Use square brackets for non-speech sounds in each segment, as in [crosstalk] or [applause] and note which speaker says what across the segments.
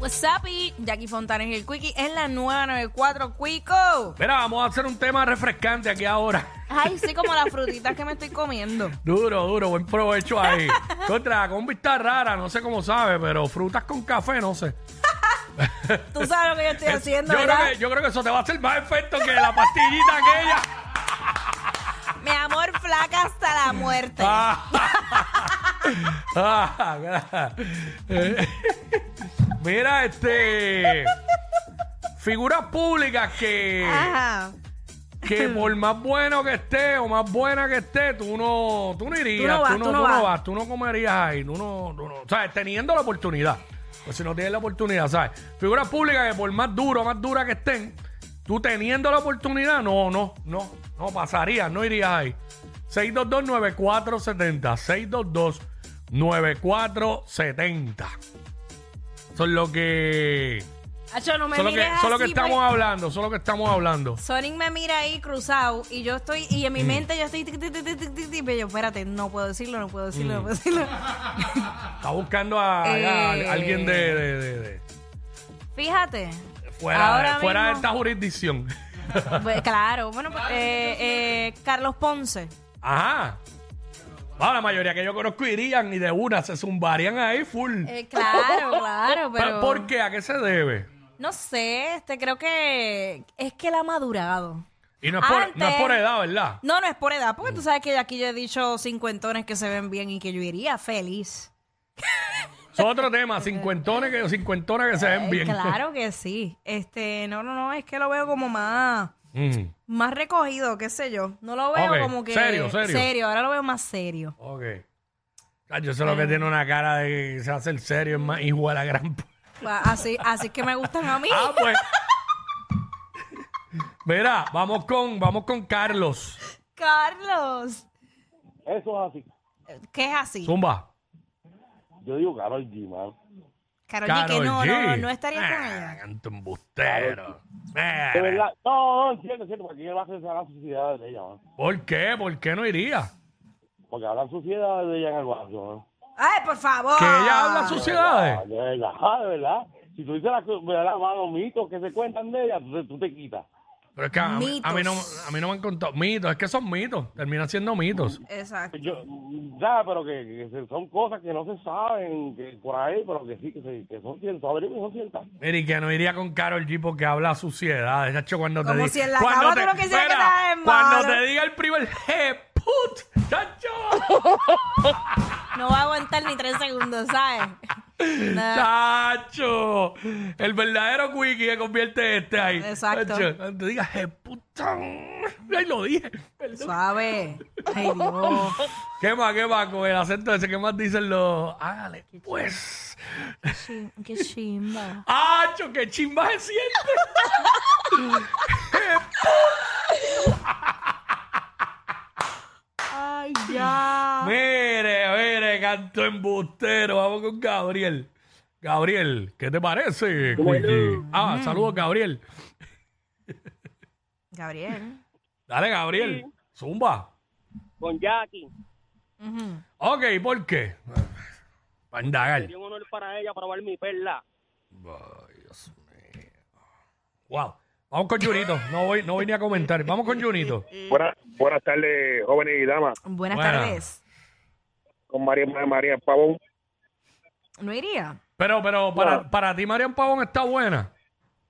Speaker 1: What's up, y Jackie Fontana y el Quickie en la nueva 94 Quico.
Speaker 2: Mira, vamos a hacer un tema refrescante aquí ahora.
Speaker 1: Ay, sí, como las frutitas que me estoy comiendo.
Speaker 2: Duro, duro, buen provecho ahí. Contra, la combi está rara, no sé cómo sabe, pero frutas con café, no sé.
Speaker 1: Tú sabes lo que yo estoy haciendo,
Speaker 2: yo, creo
Speaker 1: ¿verdad?
Speaker 2: que, yo creo que eso te va a hacer más efecto que la pastillita aquella.
Speaker 1: Mi amor, flaca hasta la
Speaker 2: [laughs]
Speaker 1: muerte.
Speaker 2: Ah, mira. Eh, mira, este. Figuras públicas que.
Speaker 1: Ajá. [laughs]
Speaker 2: que por más bueno que esté o más buena que esté, tú no, tú no irías,
Speaker 1: Tú no vas, tú no vas.
Speaker 2: tú no comerías ahí, tú no, tú no- ¿sabes? Teniendo la oportunidad. Pues si no tienes la oportunidad, ¿sabes? Figuras públicas que por más duro, más dura que estén, tú teniendo la oportunidad, no, no, no, no pasarías, no irías ahí. 622-9470, 622-9470. Son lo que...
Speaker 1: Hacho, no me
Speaker 2: Son lo que,
Speaker 1: mires
Speaker 2: son lo que
Speaker 1: así,
Speaker 2: estamos
Speaker 1: pues.
Speaker 2: hablando, son lo que estamos hablando.
Speaker 1: Sonic me mira ahí cruzado y yo estoy, y en mi mente yo estoy, tic, tic, tic, tic, tic, tic, tic, y yo, espérate, no puedo decirlo, no puedo decirlo,
Speaker 2: Mm.
Speaker 1: no puedo decirlo.
Speaker 2: Está buscando a, a-
Speaker 1: Eh.
Speaker 2: a alguien de, de- de- de-
Speaker 1: Fíjate.
Speaker 2: fuera,
Speaker 1: Ahora
Speaker 2: de, fuera de
Speaker 1: mismo-
Speaker 2: esta jurisdicción.
Speaker 1: Pues, claro, bueno, pues, eh, eh, Carlos Ponce.
Speaker 2: Ajá. Bueno, la mayoría que yo conozco irían y de una se zumbarían ahí full.
Speaker 1: Eh,
Speaker 2: [laughs]
Speaker 1: claro, claro,
Speaker 2: Pero,
Speaker 1: pero.
Speaker 2: ¿Por qué? ¿A qué se debe?
Speaker 1: No sé, este creo que es que él ha madurado.
Speaker 2: Y no es, por,
Speaker 1: Antes-
Speaker 2: no es por edad, ¿verdad?
Speaker 1: No, no es por edad, porque tú sabes que aquí yo he dicho cincuentones que se ven bien y que yo iría feliz.
Speaker 2: Es otro tema, cincuentones que, cincuentonas que se ven
Speaker 1: Eh,
Speaker 2: bien.
Speaker 1: Claro que sí. Este, no, no, no, es que lo veo como más,
Speaker 2: [laughs] Mm.
Speaker 1: más recogido, qué sé yo. No lo veo
Speaker 2: Ok,
Speaker 1: como que
Speaker 2: serio, serio.
Speaker 1: ahora lo veo más serio.
Speaker 2: Ok. Ah, yo sé lo
Speaker 1: Eh.
Speaker 2: que tiene una cara de que se hace el serio, es más hijo de la gran...
Speaker 1: [laughs]
Speaker 2: p-
Speaker 1: Pues, Así, así que me gustan a mí.
Speaker 2: Ah, pues. Mira, vamos con, vamos con Carlos.
Speaker 1: Carlos,
Speaker 3: Eso es así.
Speaker 1: ¿qué es así?
Speaker 2: Zumba.
Speaker 3: Yo digo Karol G, mano.
Speaker 1: Carol, G,
Speaker 2: Karol
Speaker 1: que no,
Speaker 2: G.
Speaker 1: no, no estaría con
Speaker 2: Ah,
Speaker 1: ella.
Speaker 2: canto embustero. Eh,
Speaker 3: De
Speaker 2: Mira,
Speaker 3: verdad. No, no, es cierto, es cierto. Porque ellos hablan suciedades de ella, mano.
Speaker 2: ¿Por qué? ¿Por qué no iría?
Speaker 3: Porque hablan suciedades de ella en el barrio, mano.
Speaker 1: Ay, por favor.
Speaker 2: Que ella habla
Speaker 3: Ah,
Speaker 2: suciedades.
Speaker 3: de verdad, ah, de verdad. Si tú dices las cosas, ¿verdad, mano, mitos que se cuentan de ella, tú te, tú te quitas.
Speaker 2: Pero es que a, mí- a mí no,
Speaker 1: Mitos.
Speaker 2: a mí no me han contado. Mitos, es que son mitos. Terminan siendo mitos.
Speaker 1: Exacto.
Speaker 3: Yo, mm, ya, pero que, que se- son cosas que no se saben que por ahí, pero que sí, que, se- que son ciertas. Averigua y son ciertas.
Speaker 2: Mira, y que no iría con Carol G porque habla suciedades. Chacho, cuando te
Speaker 1: Como
Speaker 2: diga.
Speaker 1: si en la
Speaker 2: cuando
Speaker 1: cama tú lo quisieras
Speaker 2: Espera,
Speaker 1: que te hagan
Speaker 2: Cuando
Speaker 1: malo.
Speaker 2: te diga el primer je
Speaker 1: [laughs]
Speaker 2: put, chacho.
Speaker 1: No va a aguantar ni tres segundos, ¿sabes? Nada.
Speaker 2: Chacho. El verdadero Quickie que convierte este ahí.
Speaker 1: Exacto.
Speaker 2: Chacho, cuando te diga je putón. Ahí lo dije. Perdón.
Speaker 1: Suave. [laughs] Ay, Dios.
Speaker 2: ¿Qué más, qué más? Con el acento ese, ¿qué más dicen los...? Hágale, pues.
Speaker 1: Chi- Qué chimba.
Speaker 2: ¡Acho, qué chimba se siente!
Speaker 1: Ay, ya.
Speaker 2: mire, mire, canto embustero. Vamos con Gabriel. Gabriel, ¿qué te parece, Quickie? Ah,
Speaker 1: Mm.
Speaker 2: saludos, Gabriel.
Speaker 1: Gabriel.
Speaker 2: Dale, Gabriel. Zumba.
Speaker 4: con Jackie.
Speaker 1: Ujú.
Speaker 2: Ok, ¿por qué? Para indagar.
Speaker 4: Sería un honor para ella probar mi perla.
Speaker 2: Wow. Vamos con Junito. No voy, no voy ni a comentar. Vamos con Junito.
Speaker 5: Buenas, buenas tardes, jóvenes y damas,
Speaker 1: Buenas
Speaker 2: Buena.
Speaker 1: tardes.
Speaker 5: con María María Pavón.
Speaker 1: ¿No iría?
Speaker 2: Pero, pero, para, para ti, Marian Pavón está buena.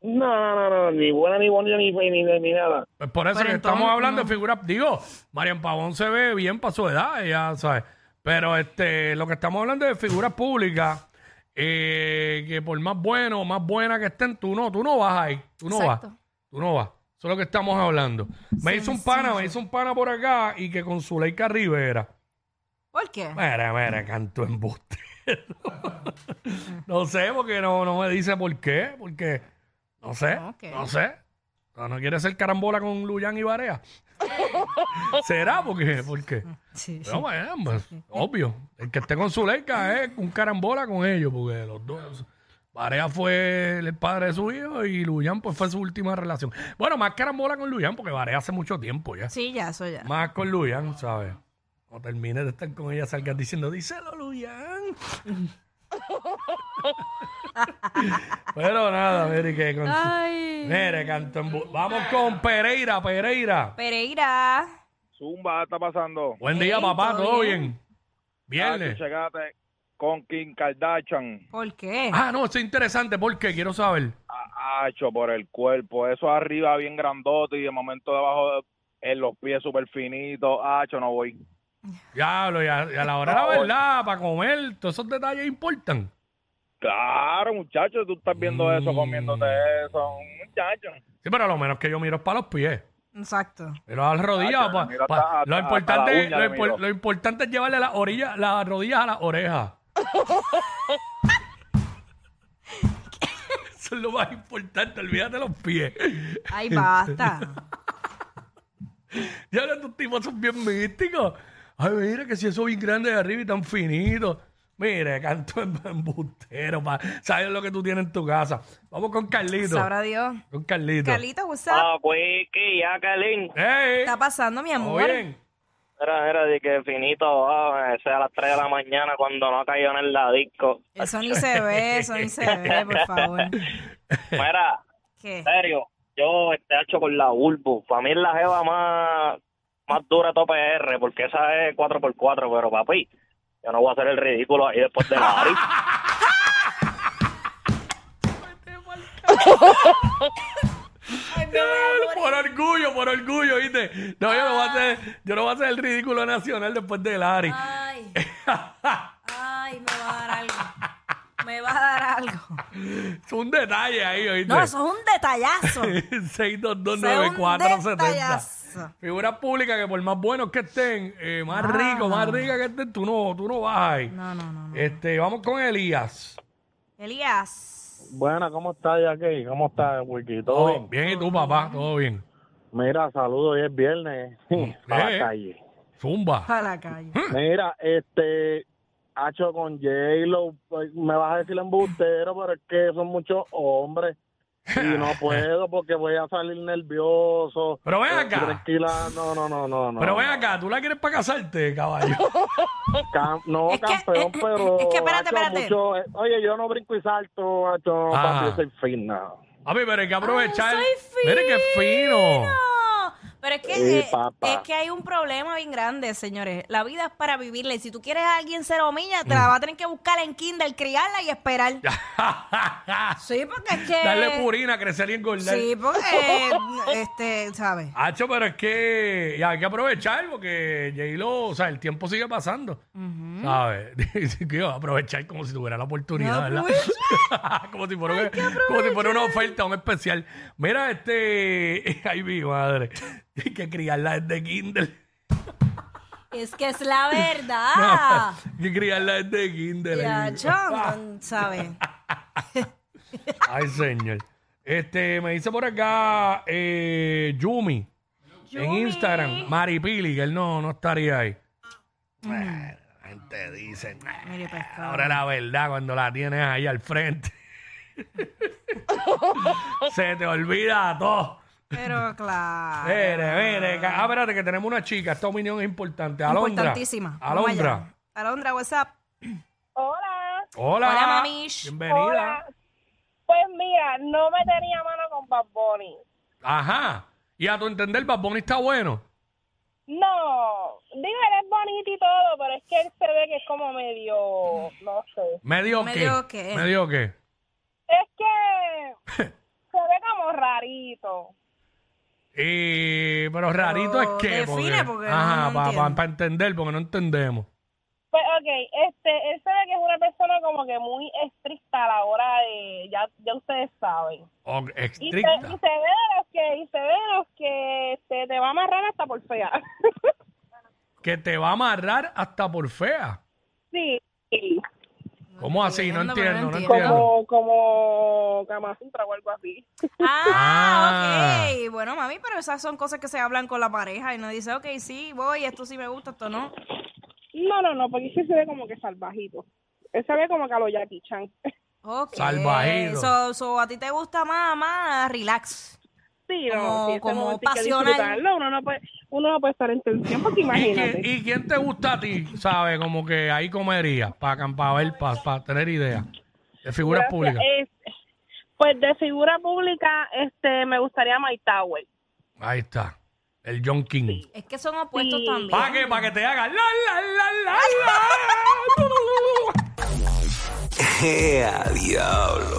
Speaker 5: No, no, no, no, ni buena, ni bonita, ni, ni, ni nada.
Speaker 2: Pues por eso
Speaker 1: Pero
Speaker 2: que
Speaker 1: entonces,
Speaker 2: estamos hablando
Speaker 1: no.
Speaker 2: de figuras. Digo, Marian Pavón se ve bien para su edad, ya sabes. Pero este, lo que estamos hablando es de figuras públicas, eh, que por más bueno o más buena que estén, tú no, tú no vas ahí. Tú no vas.
Speaker 1: Exacto.
Speaker 2: Tú no vas. Eso es lo que estamos hablando. Me hizo un pana, me hizo un pana por acá y que con Zuleika Rivera.
Speaker 1: ¿Por qué?
Speaker 2: Mira, mira, canto embuste. no sé, porque no, no me dice por qué, porque no sé,
Speaker 1: Ah, Ok.
Speaker 2: no sé. No, no quiere hacer carambola con Luyan y Barea. [laughs] ¿Será? ¿Por qué? ¿Por qué?
Speaker 1: Sí.
Speaker 2: No, bueno, pues, obvio. El que esté con Zuleika es un carambola con ellos, porque los dos. Barea fue el padre de su hijo y Luyan pues fue su última relación. Bueno, más carambola con Luyan, porque Barea hace mucho tiempo ya.
Speaker 1: Sí, ya, eso ya.
Speaker 2: Más con Luyan, ¿sabes? Cuando termines de estar con ella, salgas diciendo, díselo, Luyan. [laughs] Pero nada, Mary, que con...
Speaker 1: Ay.
Speaker 2: Mire, canto en bu- Vamos con Pereira, Pereira.
Speaker 1: Pereira.
Speaker 6: Zumba, ¿qué está pasando?
Speaker 2: Buen día,
Speaker 1: Ey,
Speaker 2: papá,
Speaker 1: ¿todo
Speaker 2: ¿todo
Speaker 1: bien?
Speaker 2: bien?
Speaker 6: Ah,
Speaker 2: Viernes.
Speaker 6: tú llegaste con Kim Kardashian.
Speaker 1: ¿Por qué?
Speaker 2: Ah, no, eso es interesante porque quiero saber.
Speaker 6: Hacho por el cuerpo. Eso arriba bien grandote y de momento debajo en los pies súper finitos. Hacho, no voy.
Speaker 2: Diablo, y a, y a la hora de la
Speaker 6: Por favor.
Speaker 2: verdad, para comer, todos esos detalles importan.
Speaker 6: Claro, muchacho, tú estás viendo eso,
Speaker 2: Mm.
Speaker 6: comiéndote eso. Muchacho.
Speaker 2: Sí, pero a lo menos que yo miro es para los pies.
Speaker 1: Exacto.
Speaker 2: Pero a las rodillas,
Speaker 6: Tacho,
Speaker 2: pa-
Speaker 6: mira,
Speaker 2: pa-
Speaker 6: hasta-
Speaker 2: lo,
Speaker 6: hasta- hasta
Speaker 2: importante,
Speaker 6: la uña
Speaker 2: lo,
Speaker 6: le
Speaker 2: impor-
Speaker 6: miró.
Speaker 2: lo importante es llevarle las orillas, las rodillas a las orejas.
Speaker 6: [laughs]
Speaker 2: Eso es lo más importante, olvídate los pies.
Speaker 1: [laughs] Ay, basta.
Speaker 2: Ya los estos tipos son bien místicos. Ay, mira que si eso es bien grande de arriba y tan finito. Mira, canto en embustero, pa. sabes lo que tú tienes en tu casa. Vamos con Carlito.
Speaker 1: Sabrá Dios.
Speaker 2: Con Carlito.
Speaker 1: Carlito, what's up?
Speaker 4: Ah, pues que ya, Calín.
Speaker 2: ¡Ey!
Speaker 1: ¿Qué está pasando, mi
Speaker 2: ¿Todo
Speaker 1: amor?
Speaker 2: bien?
Speaker 4: Era, era de que finito, ah, sea a las 3 de la mañana cuando no cayó en el
Speaker 2: [laughs]
Speaker 4: disco.
Speaker 1: Eso ni se ve, eso ni se ve, por favor.
Speaker 4: Mira,
Speaker 1: ¿Qué?
Speaker 4: serio, yo este hecho con la Urbo. Para mí es la jeva más, más dura tope R, porque esa es 4x4, pero papi, yo no voy a hacer el ridículo ahí después de la Ari.
Speaker 2: No, por orgullo, por orgullo, ¿viste? No, yo no voy a
Speaker 1: Ah.
Speaker 2: hacer, yo no voy a hacer el ridículo nacional después de Lari.
Speaker 1: Ay, Ah. ay, me va a dar algo. Me va a dar
Speaker 2: [laughs]
Speaker 1: algo.
Speaker 2: [laughs] es un detalle ahí, ¿oíste?
Speaker 1: No, eso es un detallazo. Eso
Speaker 2: [laughs]
Speaker 1: es un
Speaker 2: 6229470.
Speaker 1: detallazo.
Speaker 2: Figuras públicas que por más buenos que estén, eh, más ricos, más ricas que estén, tú no, tú no vas ahí.
Speaker 1: Ah, No, no, no. no.
Speaker 2: Este, vamos con Elías.
Speaker 1: Elías.
Speaker 5: Buena, ¿cómo estás, Jackie? ¿Cómo estás, Wiki?
Speaker 2: Oh.
Speaker 5: ¿Todo bien?
Speaker 2: Bien, ¿y tú, papá? Todo bien.
Speaker 5: Mira, saludos, hoy es viernes.
Speaker 2: Eh.
Speaker 5: [laughs] Para la calle.
Speaker 2: Zumba.
Speaker 1: A la calle.
Speaker 5: Mira, este... Hacho con J-Lo, pues, me vas a decir embustero, pero es que son muchos hombres. Y
Speaker 2: [laughs]
Speaker 5: no puedo porque voy a salir nervioso.
Speaker 2: Pero ven
Speaker 5: Eh,
Speaker 2: acá.
Speaker 5: Tranquila, no, no, no, no. no.
Speaker 2: Pero ven acá, ¿tú la quieres para
Speaker 1: [laughs]
Speaker 2: casarte, caballo?
Speaker 5: Cam- no,
Speaker 1: Es que-
Speaker 5: campeón,
Speaker 1: eh,
Speaker 5: pero.
Speaker 1: eh, es que espérate,
Speaker 5: hacho,
Speaker 1: espérate.
Speaker 5: mucho- eh, oye, yo no brinco y salto, hacho,
Speaker 2: Ah.
Speaker 5: papi, yo soy fina.
Speaker 2: A mí, pero hay que aprovechar.
Speaker 1: soy
Speaker 2: Mire qué fino. Oh.
Speaker 1: No, Pero es que,
Speaker 5: Sí,
Speaker 1: eh,
Speaker 5: papá.
Speaker 1: es que hay un problema bien grande, señores. La vida es para vivirla. Y si tú quieres a alguien ser homilla,
Speaker 2: Mm.
Speaker 1: te la vas a tener que buscar en Kindle, criarla y
Speaker 2: [laughs]
Speaker 1: esperar. Sí, porque es que.
Speaker 2: Darle purina, crecer y engordar.
Speaker 1: Eh, Sí,
Speaker 2: [laughs]
Speaker 1: porque. eh, este, ¿sabes?
Speaker 2: Hacho, pero es que y hay que aprovechar porque J-Lo, o sea, el tiempo sigue pasando. ¿Sabes? [laughs] Dice que iba a aprovechar como si tuviera la oportunidad, ¿verdad? [laughs] como, si fuera una, como si fuera una oferta, un especial. Mira, este. [laughs] Ay, mi madre. Hay que criarla desde Kindle.
Speaker 1: Es que es la
Speaker 2: [laughs]
Speaker 1: verdad.
Speaker 2: Hay que criarla desde Kindle.
Speaker 1: Ah. Ya,
Speaker 2: Ay,
Speaker 1: John, ¿sabes?
Speaker 2: Ay, señor. Este, me dice por acá eh, Yumi, en
Speaker 1: Yumi.
Speaker 2: Instagram, Maripili, que él no, no estaría ahí.
Speaker 1: Mm.
Speaker 2: Eh, La gente dice, "Eh,
Speaker 1: Mire, pescado.
Speaker 2: ahora la verdad, cuando la tienes ahí al frente, [laughs] se te olvida todo.
Speaker 1: Pero claro.
Speaker 2: Mire, mire, ca- ah, espérate, que tenemos una chica, esta opinión es importante. Alondra.
Speaker 1: Importantísima. Vamos
Speaker 2: Alondra.
Speaker 1: allá. Alondra, WhatsApp.
Speaker 7: Hola.
Speaker 2: Hola.
Speaker 1: Hola, mamish.
Speaker 2: Bienvenida.
Speaker 7: Hola. Pues mira, no me tenía mano con Bad Bunny.
Speaker 2: Ajá. Y a tu entender, Bad Bunny está bueno.
Speaker 7: No, digo, él es bonito y todo, pero es que él se ve que es como medio, no sé.
Speaker 2: ¿Medio qué?
Speaker 1: ¿Medio qué?
Speaker 2: ¿Medio qué?
Speaker 7: Es que se ve como rarito.
Speaker 2: Eh, pero rarito es
Speaker 1: Pero
Speaker 2: que.
Speaker 1: define, porque no- no
Speaker 2: para
Speaker 1: entiendo.
Speaker 2: entender, porque no entendemos.
Speaker 7: Pues ok, este, él se ve que es una persona como que muy estricta a la hora de, ya, ya ustedes saben.
Speaker 2: O
Speaker 7: Y se, y se
Speaker 2: estricta.
Speaker 7: ve de los que, y se ve de los que este, te va a amarrar hasta por fea. [laughs]
Speaker 2: Que te va a amarrar hasta por fea.
Speaker 7: sí.
Speaker 2: ¿Cómo así? No
Speaker 1: entiendo, pero
Speaker 2: entiendo,
Speaker 1: no
Speaker 2: no
Speaker 1: entiendo.
Speaker 2: entiendo.
Speaker 7: Como, como Kama Sutra o algo así.
Speaker 1: Ah, ok. Bueno, mami, pero esas son cosas que se hablan con la pareja y no dice, ok, sí, voy, esto sí me gusta, esto no.
Speaker 7: No, no, no, porque ese se ve como que salvajito. Él se ve como que a lo Jackie Chan. [laughs]
Speaker 1: Ok.
Speaker 2: Salvajero.
Speaker 1: So, so, a ti te gusta más, más relax.
Speaker 7: Sí,
Speaker 1: Como-
Speaker 7: no, sí, ese
Speaker 1: Oh, como
Speaker 7: momento hay que
Speaker 1: pasional.
Speaker 7: disfrutarlo. Uno no, puede, uno no puede estar en tensión porque
Speaker 2: ¿Y quién,
Speaker 7: imagínate.
Speaker 2: y quién te gusta a ti? ¿Sabes? Como que ahí comerías, para ver, para tener ideas de figuras
Speaker 7: Gracias. eh.
Speaker 2: públicas.
Speaker 7: Es- pues de figura pública, este, me gustaría My Tower.
Speaker 2: Ahí está, el John King.
Speaker 1: Es que son opuestos
Speaker 7: Sí.
Speaker 1: también.
Speaker 2: ¿Para qué? Para que te haga la, la, la,
Speaker 1: [laughs]
Speaker 2: la, la.
Speaker 8: [laughs] ¡Ea, ¡Eh, diablo!